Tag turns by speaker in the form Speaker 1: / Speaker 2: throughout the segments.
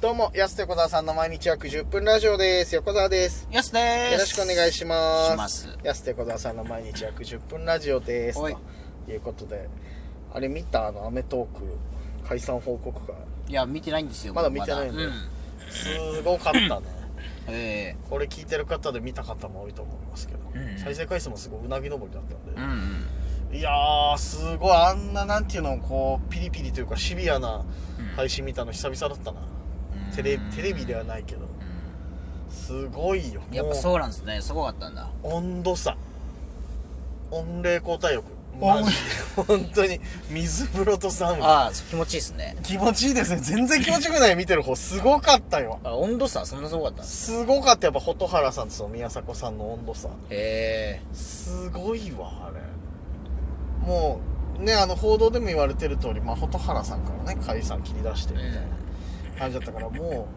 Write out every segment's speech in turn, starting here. Speaker 1: どうも、安手小沢さんの毎日約10分ラジオです。横澤です。
Speaker 2: やすです
Speaker 1: よろしくお願いします。
Speaker 2: します
Speaker 1: 安手小沢さんの毎日約10分ラジオです。
Speaker 2: はい
Speaker 1: ということで、あれ見たあの、アメトーク解散報告会。
Speaker 2: いや見てないんですよ
Speaker 1: まだ見てないん
Speaker 2: ん
Speaker 1: だ
Speaker 2: だ、
Speaker 1: よ
Speaker 2: うん、
Speaker 1: すごかったね。
Speaker 2: え
Speaker 1: これ聞いてる方で見た方も多いと思いますけど、
Speaker 2: うん
Speaker 1: 再生回数もすごいうなぎ登りだったんで
Speaker 2: え、うんうん
Speaker 1: いやーすごいあんななんていうのこうピリピリというかシビアな配信見たの久々だったな、テレテレビではないけどすごいよ
Speaker 2: やっぱ
Speaker 1: う
Speaker 2: そうなんですねすごかったんだ
Speaker 1: 温度差温冷交代浴マジで本当に水風呂とサウナ
Speaker 2: ああ気持ちいいですね
Speaker 1: 気持ちいいですね全然気持ちよくない見てる方すごかったよ
Speaker 2: あ温度差そんなすごかったんです
Speaker 1: すごかったやっぱ蛍原さんとその宮迫さんの温度差
Speaker 2: へえ
Speaker 1: すごいわあれもうねあの報道でも言われてる通りまあ蛍原さんからね解散切り出してみたいな感じだったからも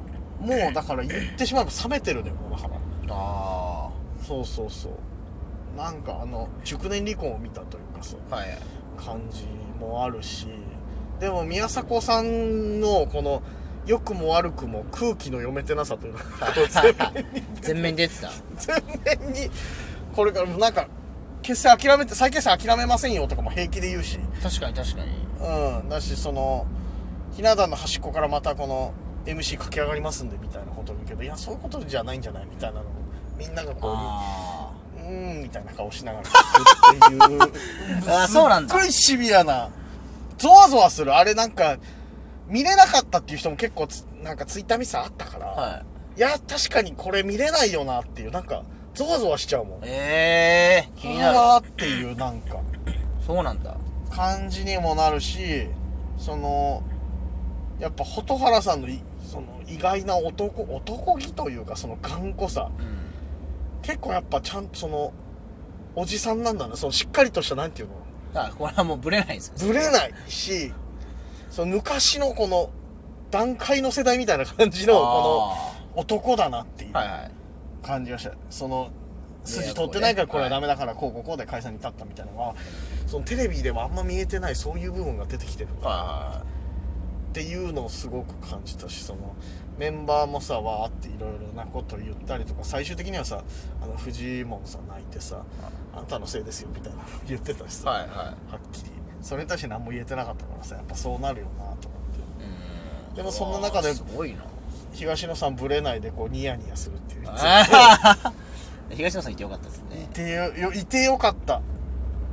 Speaker 1: うもうだから言ってしまえば冷めてるのよもうだから
Speaker 2: あ
Speaker 1: そうそうそうなんかあの熟年離婚を見たというかそう
Speaker 2: あはい
Speaker 1: 感じもあるしでも宮迫さんのこの良くも悪くも空気の読めてなさというのがこう全面に
Speaker 2: 全面に出てた
Speaker 1: 全面にこれからもなんか決戦諦めて再決戦諦めませんよとかも平気で言うし
Speaker 2: 確かに確かに
Speaker 1: うんだしそのひな壇の端っこからまたこの MC 駆け上がりますんでみたいなことを言うけどいやそういうことじゃないんじゃないみたいなのをみんながこ
Speaker 2: あ
Speaker 1: ううーんみたいな顔しながら言うっていう
Speaker 2: あーそうなんだ
Speaker 1: すっごいシビアなゾワゾワするあれなんか見れなかったっていう人も結構つなんかツイッターミスあったから、、
Speaker 2: あはい
Speaker 1: や確かにこれ見れないよなっていうなんかゾワゾワしちゃうもん
Speaker 2: いええ気になる
Speaker 1: あーっていうなんか
Speaker 2: そうなんだ
Speaker 1: 感じにもなるしそのやっぱ蛍原さんのいその意外な男男気というかその頑固さ
Speaker 2: うん
Speaker 1: 結構やっぱちゃんとそのおじさんなんだねそのしっかりとしたなんていうの
Speaker 2: だからこれはもうブレないですよ
Speaker 1: ぶれないしその昔のこの段階の世代みたいな感じのこ
Speaker 2: あ
Speaker 1: の男だなっていう
Speaker 2: ーはいはい
Speaker 1: 感じがしたその筋取ってないからこれはダメだからこうこうこうで解散に立ったみたいなのはそのテレビではあんま見えてないそういう部分が出てきてる
Speaker 2: は
Speaker 1: っていうのをすごく感じたしそのメンバーもさわーっていろいろなこと言ったりとか最終的にはさあの藤本さん泣いてさ「あんたのせいですよ」みたいなの言ってたし
Speaker 2: い
Speaker 1: さ、
Speaker 2: はいはいは
Speaker 1: はっきりそれに対して何も言えてなかったからさやっぱそうなるよなと思って
Speaker 2: いうん
Speaker 1: でもそんな中で
Speaker 2: うわーすごい な
Speaker 1: 東野さんぶれないでこうニヤニヤするっていう
Speaker 2: あー東野さんいてよかったです
Speaker 1: い
Speaker 2: ね
Speaker 1: てよよいてよかった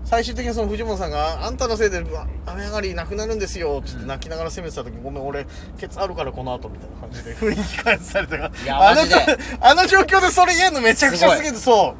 Speaker 1: 最終的にその藤本さんが「あんたのせいでうわ雨上がりなくなるんですよ」っつって泣きながら攻めてた時「ごめん俺ケツあるからこの後」みたいな感じで雰囲気返されたから
Speaker 2: いや
Speaker 1: あの
Speaker 2: マジで
Speaker 1: あの状況でそれ言えるのめちゃくちゃすげえそ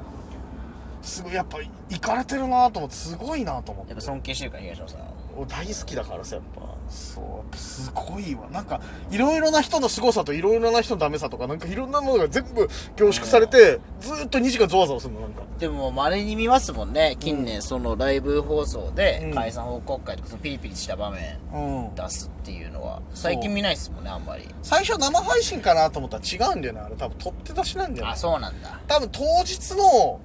Speaker 1: うすごいやっぱ行かれてるなと思ってすごいなと思って
Speaker 2: やっぱ尊敬してるから東野さんを
Speaker 1: 俺大好きだからさやっぱそうやっぱすごいわなんかいろいろな人の凄さといろいろな人のダメさとかなんかいろんなものが全部凝縮されてずーっと2時間ゾワゾワするのなんか
Speaker 2: でも稀に見ますもんね近年そのライブ放送
Speaker 1: う
Speaker 2: で
Speaker 1: ん
Speaker 2: 解散報告会とかそのピリピリした場面
Speaker 1: うん
Speaker 2: 出すっていうのは最近見ないですもんねあんまり
Speaker 1: 最初生配信かなと思ったら違うんだよねあれ多分撮って出しなんだよ
Speaker 2: あ
Speaker 1: ね
Speaker 2: そうなんだ
Speaker 1: 多分当日の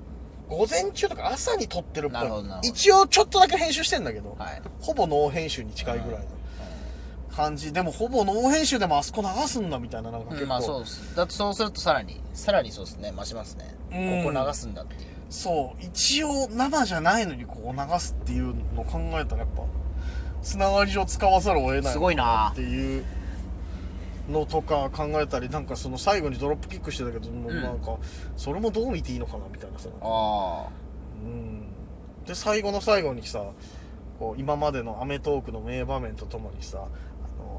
Speaker 1: 午前中とか朝に撮ってるっ
Speaker 2: なるほ
Speaker 1: ぽ
Speaker 2: どなるほ
Speaker 1: い
Speaker 2: ど
Speaker 1: 一応ちょっとだけ編集してんだけど、
Speaker 2: はい
Speaker 1: ほぼノー編集に近いぐらいの感じでもほぼノー編集でもあそこ流すんだみたいななんか結構、
Speaker 2: うんまあそうっすだってそうするとさらにさらにそうですね増しますね
Speaker 1: うん
Speaker 2: ここ流すんだっていう
Speaker 1: そう一応生じゃないのにここ流すっていうのを考えたらやっぱつながりを使わざるを得ない
Speaker 2: すごいな
Speaker 1: っていうのとか考えたりなんかその最後にドロップキックしてたけど、もうなんかそれもどう見ていいのかなみたいなさ
Speaker 2: あ
Speaker 1: うんで最後の最後にさこう今までの『アメトーーク』の名場面とともにさ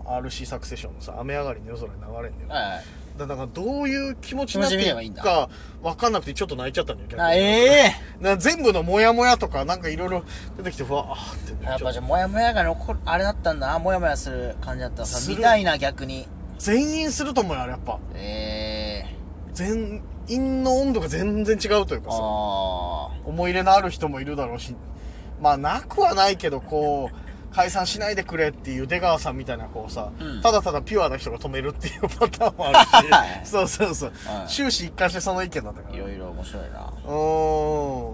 Speaker 1: あの RC サクセションのさ「雨上がりの夜空に流れんだよ
Speaker 2: あはい
Speaker 1: だからどういう気持ちになって
Speaker 2: 気持ち見ればいいんだ
Speaker 1: か分かんなくてちょっと泣いちゃったんだよ逆に
Speaker 2: あえ
Speaker 1: な全部のモヤモヤとかなんかいろいろ出てきてうわあーって
Speaker 2: えやっぱ
Speaker 1: ち
Speaker 2: じ
Speaker 1: ょ
Speaker 2: ゃあモヤモヤが残るあれだったんだあモヤモヤする感じだった
Speaker 1: す
Speaker 2: さ
Speaker 1: る
Speaker 2: 見たいな逆に
Speaker 1: 全員すると思うよあれやっぱ
Speaker 2: ええ
Speaker 1: 全員の温度が全然違うというかさ
Speaker 2: あ
Speaker 1: 思い入れのある人もいるだろうしまあなくはないけどこう解散しないでくれっていう出川さんみたいなこうさ、
Speaker 2: うん
Speaker 1: ただただピュアな人が止めるっていうパターンもあるしそうそうそう、
Speaker 2: はい
Speaker 1: 終始一貫してその意見だったか
Speaker 2: あい
Speaker 1: ら
Speaker 2: ろいろ面白いな
Speaker 1: うー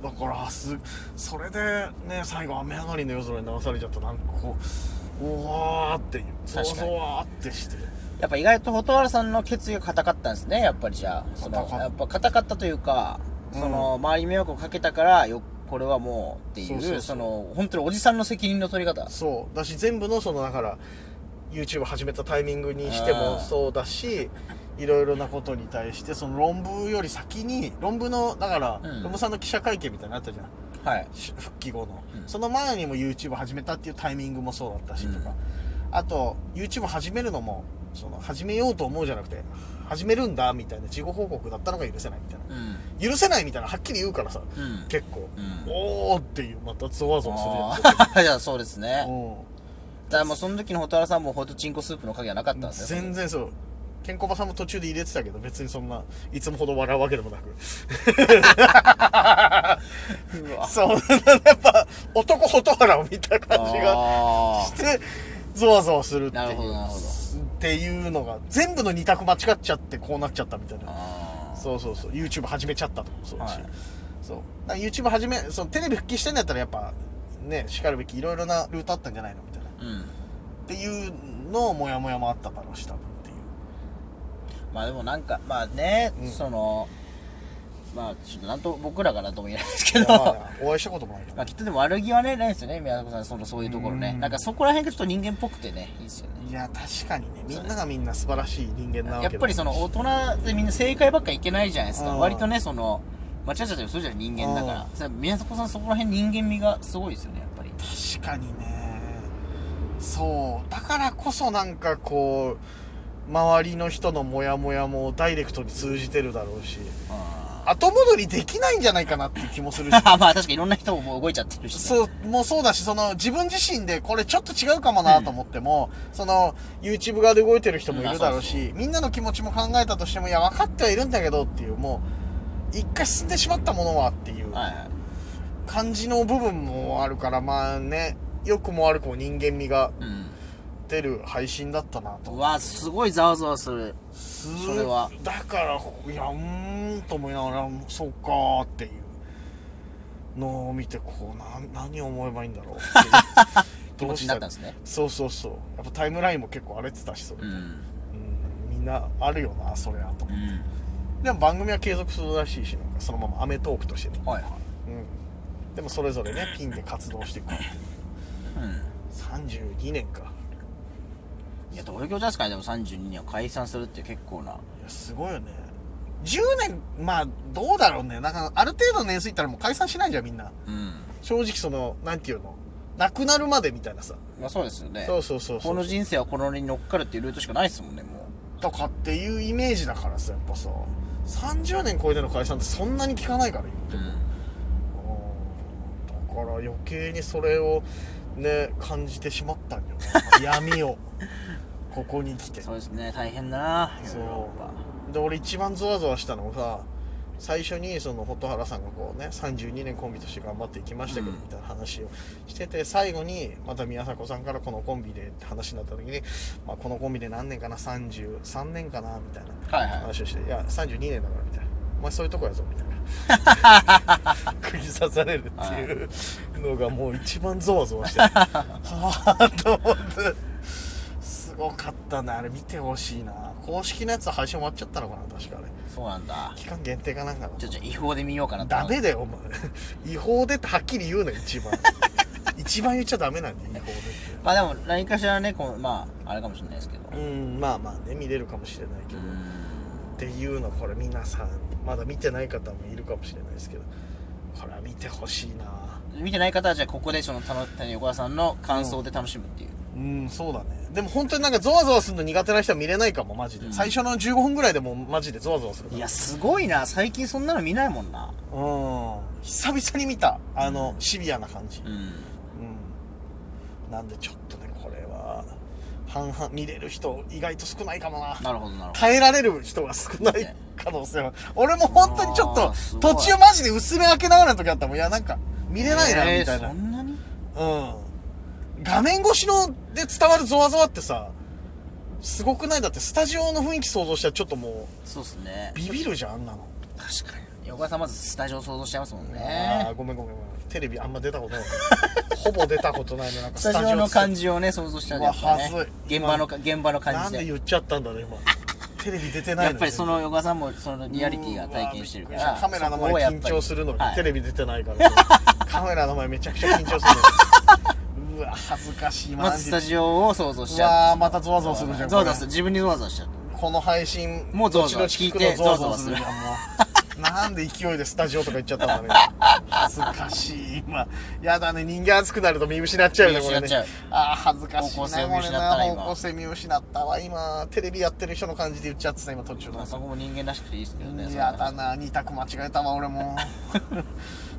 Speaker 1: んだからすそれでね最後雨上がりの夜空に流されちゃったなんかこううわーっていうゾ
Speaker 2: 確か
Speaker 1: ワ
Speaker 2: に
Speaker 1: ゾワーってして
Speaker 2: やっぱ意外と蛍原さんの決意が硬かったんですねやっぱりじゃあその
Speaker 1: 硬かっ
Speaker 2: やっぱ硬かったというか、
Speaker 1: うん
Speaker 2: その周りに迷惑をかけたからよこれはもうっていう
Speaker 1: そう
Speaker 2: そ
Speaker 1: そうそう
Speaker 2: の本当におじさんの責任の取り方
Speaker 1: そうだし全部のそのだから YouTube 始めたタイミングにして
Speaker 2: あー
Speaker 1: もそうだしいろいろなことに対してその論文より先に論文のだから、
Speaker 2: うん
Speaker 1: 論文さんの記者会見みたいなのあったじゃん
Speaker 2: はい
Speaker 1: し復帰後の、
Speaker 2: うん
Speaker 1: その前にも YouTube 始めたっていうタイミングもそうだったしとか、あと YouTube 始めるのもその始めようと思うじゃなくて始めるんだみたいな事後報告だったのが許せないみたいな
Speaker 2: うん
Speaker 1: 許せないみたいなはっきり言うからさ
Speaker 2: うん
Speaker 1: 結構、
Speaker 2: うん
Speaker 1: おーっていうまたゾワゾワするやつ
Speaker 2: あー いやそうですね
Speaker 1: うん
Speaker 2: だからもうその時の蛍原さんもホトチンコスープの影はなかったんですね
Speaker 1: 全然そうケンコバさんも途中で入れてたけど別にそんないつもほど笑うわけでもなく
Speaker 2: う わ
Speaker 1: そうやっぱ男蛍原を見た感じが
Speaker 2: あ
Speaker 1: し
Speaker 2: ー
Speaker 1: てゾワゾワするっていう
Speaker 2: なるほどなるほど
Speaker 1: っていうのが全部の二択間違っちゃってこうなっちゃったみたい な
Speaker 2: あー
Speaker 1: そうそうそう YouTube 始めちゃったとかもそうだし、
Speaker 2: はい
Speaker 1: そうだから YouTube 始めそのテレビ復帰してんだったらやっぱねしかるべきいろいろなルートあったんじゃないのみたいなっ
Speaker 2: うん
Speaker 1: ていうのをモヤモヤもあっただろうし多分っていう
Speaker 2: まあでもなんかまあね、
Speaker 1: うん
Speaker 2: そのまあちょっとなんと僕らがなんとも言えないです
Speaker 1: い
Speaker 2: け
Speaker 1: や
Speaker 2: ど
Speaker 1: まあお会いしたこともないけど
Speaker 2: まあきっとでも悪気はねないですよね宮迫さんそのそういうところね
Speaker 1: うん
Speaker 2: なんかそこら辺がちょっと人間っぽくてねいいですよね
Speaker 1: いや確かにねみんながみんな素晴らしい人間なわけ
Speaker 2: やっぱりそ
Speaker 1: の
Speaker 2: の大人でみんな正解ばっかいけないじゃないですか
Speaker 1: うん
Speaker 2: 割とねその間違っちゃったりするじゃん人間だから
Speaker 1: う
Speaker 2: それ宮迫さんそこら辺人間味がすごいですよねやっぱり
Speaker 1: 確かにねそうだからこそなんかこう周りの人のモヤモヤもダイレクトに通じてるだろうし
Speaker 2: あ
Speaker 1: 後戻りできないんじゃないかなっていう気も するし
Speaker 2: ー まあ確かにいろんな人ももう動いちゃってるしね、
Speaker 1: そうもうそうだしその自分自身でこれちょっと違うかもなと思っても、その YouTube 側で動いてる人もいるだろうし、
Speaker 2: うん
Speaker 1: みんなの気持ちも考えたとしてもいや分かってはいるんだけどっていうもう一回進んでしまったものはっていう
Speaker 2: はいはい
Speaker 1: 感じの部分もあるからまあね良くも悪くも人間味が
Speaker 2: うん
Speaker 1: 出る配信だったなと
Speaker 2: うわすごいざわざわする
Speaker 1: そ
Speaker 2: それは
Speaker 1: だからいやうーんと思いながらそうかーっていうのを見てこうな何を思えばいいんだろうっていう
Speaker 2: 気持ちになった
Speaker 1: ど
Speaker 2: ん
Speaker 1: うし
Speaker 2: ですね
Speaker 1: たそうそうそうやっぱタイムラインも結構荒れてたしそれ、
Speaker 2: う
Speaker 1: うん
Speaker 2: ん
Speaker 1: みんなあるよなそれあと
Speaker 2: うん
Speaker 1: でも番組は継続するらしいしなんかそのままアメトーークとしてね、
Speaker 2: はいは
Speaker 1: うん、でもそれぞれねピンで活動して いくっていう
Speaker 2: いうん
Speaker 1: 32年か
Speaker 2: いや、同業じゃないですかね、でも32人は解散するって結構な。
Speaker 1: いやすごいよね10年まあどうだろうねなんかある程度の年数いったらもう解散しないじゃんみんな
Speaker 2: うん。
Speaker 1: 正直そのなんていうのなくなるまでみたいなさ
Speaker 2: まあそうですよね。
Speaker 1: そうそうそうそ
Speaker 2: この
Speaker 1: う
Speaker 2: 人生はこのに乗っかるっていうルートしかないですもんね、も
Speaker 1: とかっていうイメージだからさやっぱさ30年超えての解散ってそんなに聞かないから今
Speaker 2: う。うん。
Speaker 1: うんだから余計にそれをね感じてしまったん よな闇をここに来て
Speaker 2: そうですね、大変だな。
Speaker 1: そう
Speaker 2: いろいろやっ
Speaker 1: で俺一番ゾワゾワしたのがさ最初にその蛍原さんがこうね32年コンビとして頑張っていきましたけど
Speaker 2: うん
Speaker 1: みたいな話をしてて最後にまた宮迫さんからこのコンビでって話になった時に、まあ、このコンビで何年かな33年かなみたいな
Speaker 2: ぱはいはい。
Speaker 1: 話をして「いや32年だから」みたいな「お前そういうとこやぞ」みたい な釘刺されるっていうのがもう一番ゾワゾワしてはあと思ってすごかったねあれ見てほしいな公式のやつは配信終わっちゃったのかな確かあれ
Speaker 2: そうなんだ。
Speaker 1: 期間限定かなんか
Speaker 2: ちょ、ちょ、違法で見ようかな
Speaker 1: なダ
Speaker 2: と思って
Speaker 1: メだよお前違法でってはっきり言うな一番一番言っちゃダメなんだよ違法でって
Speaker 2: まあでも、何かしらね、こう、まあ、あれかもしれないですけど。
Speaker 1: うんまあまあね見れるかもしれないけ
Speaker 2: う
Speaker 1: ど、っ
Speaker 2: ん。
Speaker 1: ていうのこれ皆さんまだ見てない方もいるかもしれないですけどこれは見てほしいな
Speaker 2: 見てない方は、じゃあ、ここで、その、たの、谷岡田さんの感想で楽しむっていう。
Speaker 1: うんそうだねでも本当になんかゾワゾワするの苦手な人は見れないかもマジで、
Speaker 2: うん
Speaker 1: 最初の15分ぐらいでもうマジでゾワゾワするから
Speaker 2: いや、すごいな。最近そんなの見ないもんな。
Speaker 1: うん久々に見たあの、シビアな感じ
Speaker 2: うん。
Speaker 1: うんなんでちょっとねこれは半々見れる人意外と少ないかもな
Speaker 2: なるほど、なるほど。
Speaker 1: 耐えられる人が少ない可能性は俺も本当にちょっ
Speaker 2: あーす
Speaker 1: と
Speaker 2: ごい
Speaker 1: 途中マジで薄め開けながらの時あったもんいやなんか見れないな
Speaker 2: えー
Speaker 1: みたいな、
Speaker 2: そんなに
Speaker 1: うん。画面越しので伝わるゾワゾワってさ、すごくないだってスタジオの雰囲気想像したらちょっとも
Speaker 2: そうっすね
Speaker 1: う、。ビビるじゃん、あんなの。
Speaker 2: 確かに。横川さんまずスタジオ想像しちゃいますもん
Speaker 1: ああ
Speaker 2: ね
Speaker 1: ごめんごめんごめんテレビあんま出たことないほぼ出たことないのなんか
Speaker 2: スタジオの感
Speaker 1: じ
Speaker 2: じをね想像しちゃうじゃないです
Speaker 1: うわ
Speaker 2: か
Speaker 1: はずい
Speaker 2: ね現場のか現場の感
Speaker 1: なん
Speaker 2: じ
Speaker 1: で
Speaker 2: で
Speaker 1: 言っちゃったんだろう今テレビ出てないの
Speaker 2: やっ
Speaker 1: に
Speaker 2: ぱりその横川さんもそのリアリティが体験してるか
Speaker 1: うわ
Speaker 2: ら
Speaker 1: カメラの前
Speaker 2: そこをやっぱ
Speaker 1: 緊
Speaker 2: り
Speaker 1: 張するのに、
Speaker 2: はい
Speaker 1: テレビ出てない から、カメラの前めちゃくちゃ緊張するのにうわ恥ずかしい
Speaker 2: ま
Speaker 1: マ
Speaker 2: ずス
Speaker 1: ジ
Speaker 2: タ
Speaker 1: で
Speaker 2: ジオを想像し
Speaker 1: う
Speaker 2: ちゃ
Speaker 1: わー
Speaker 2: う
Speaker 1: またゾワゾワするじゃん
Speaker 2: ゾワゾワする自分にゾワゾワしちゃう
Speaker 1: この配信
Speaker 2: もうゾワゾワ
Speaker 1: 後々聞くのゾワゾワするじゃん
Speaker 2: 聞
Speaker 1: もうなんで勢いでスタジオとか行っちゃった んだね恥ずかしい今やだね人間熱くなると見失っちゃうね
Speaker 2: 見
Speaker 1: こ
Speaker 2: 失
Speaker 1: れ
Speaker 2: っ
Speaker 1: ね
Speaker 2: ちゃう
Speaker 1: あー恥ずかしい
Speaker 2: 方向性
Speaker 1: な
Speaker 2: を
Speaker 1: これ
Speaker 2: 見失った
Speaker 1: な
Speaker 2: な今
Speaker 1: 方向性見失ったわ今テレビやってる人の感じで言っちゃってた今途中
Speaker 2: まあ
Speaker 1: の
Speaker 2: そこも人間らしくていいですけどねそれは
Speaker 1: やだな二択間違えたわ俺も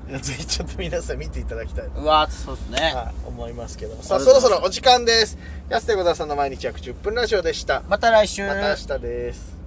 Speaker 1: いやぜひちょっと皆さん見ていただきたいな
Speaker 2: うわーそうですね
Speaker 1: はい思いますけどさあ
Speaker 2: あり
Speaker 1: そ
Speaker 2: がと
Speaker 1: ろ
Speaker 2: うご
Speaker 1: そろお
Speaker 2: ざいます
Speaker 1: 時間です安手小田さんの毎日約10分ラジオでした
Speaker 2: また来週
Speaker 1: また明日です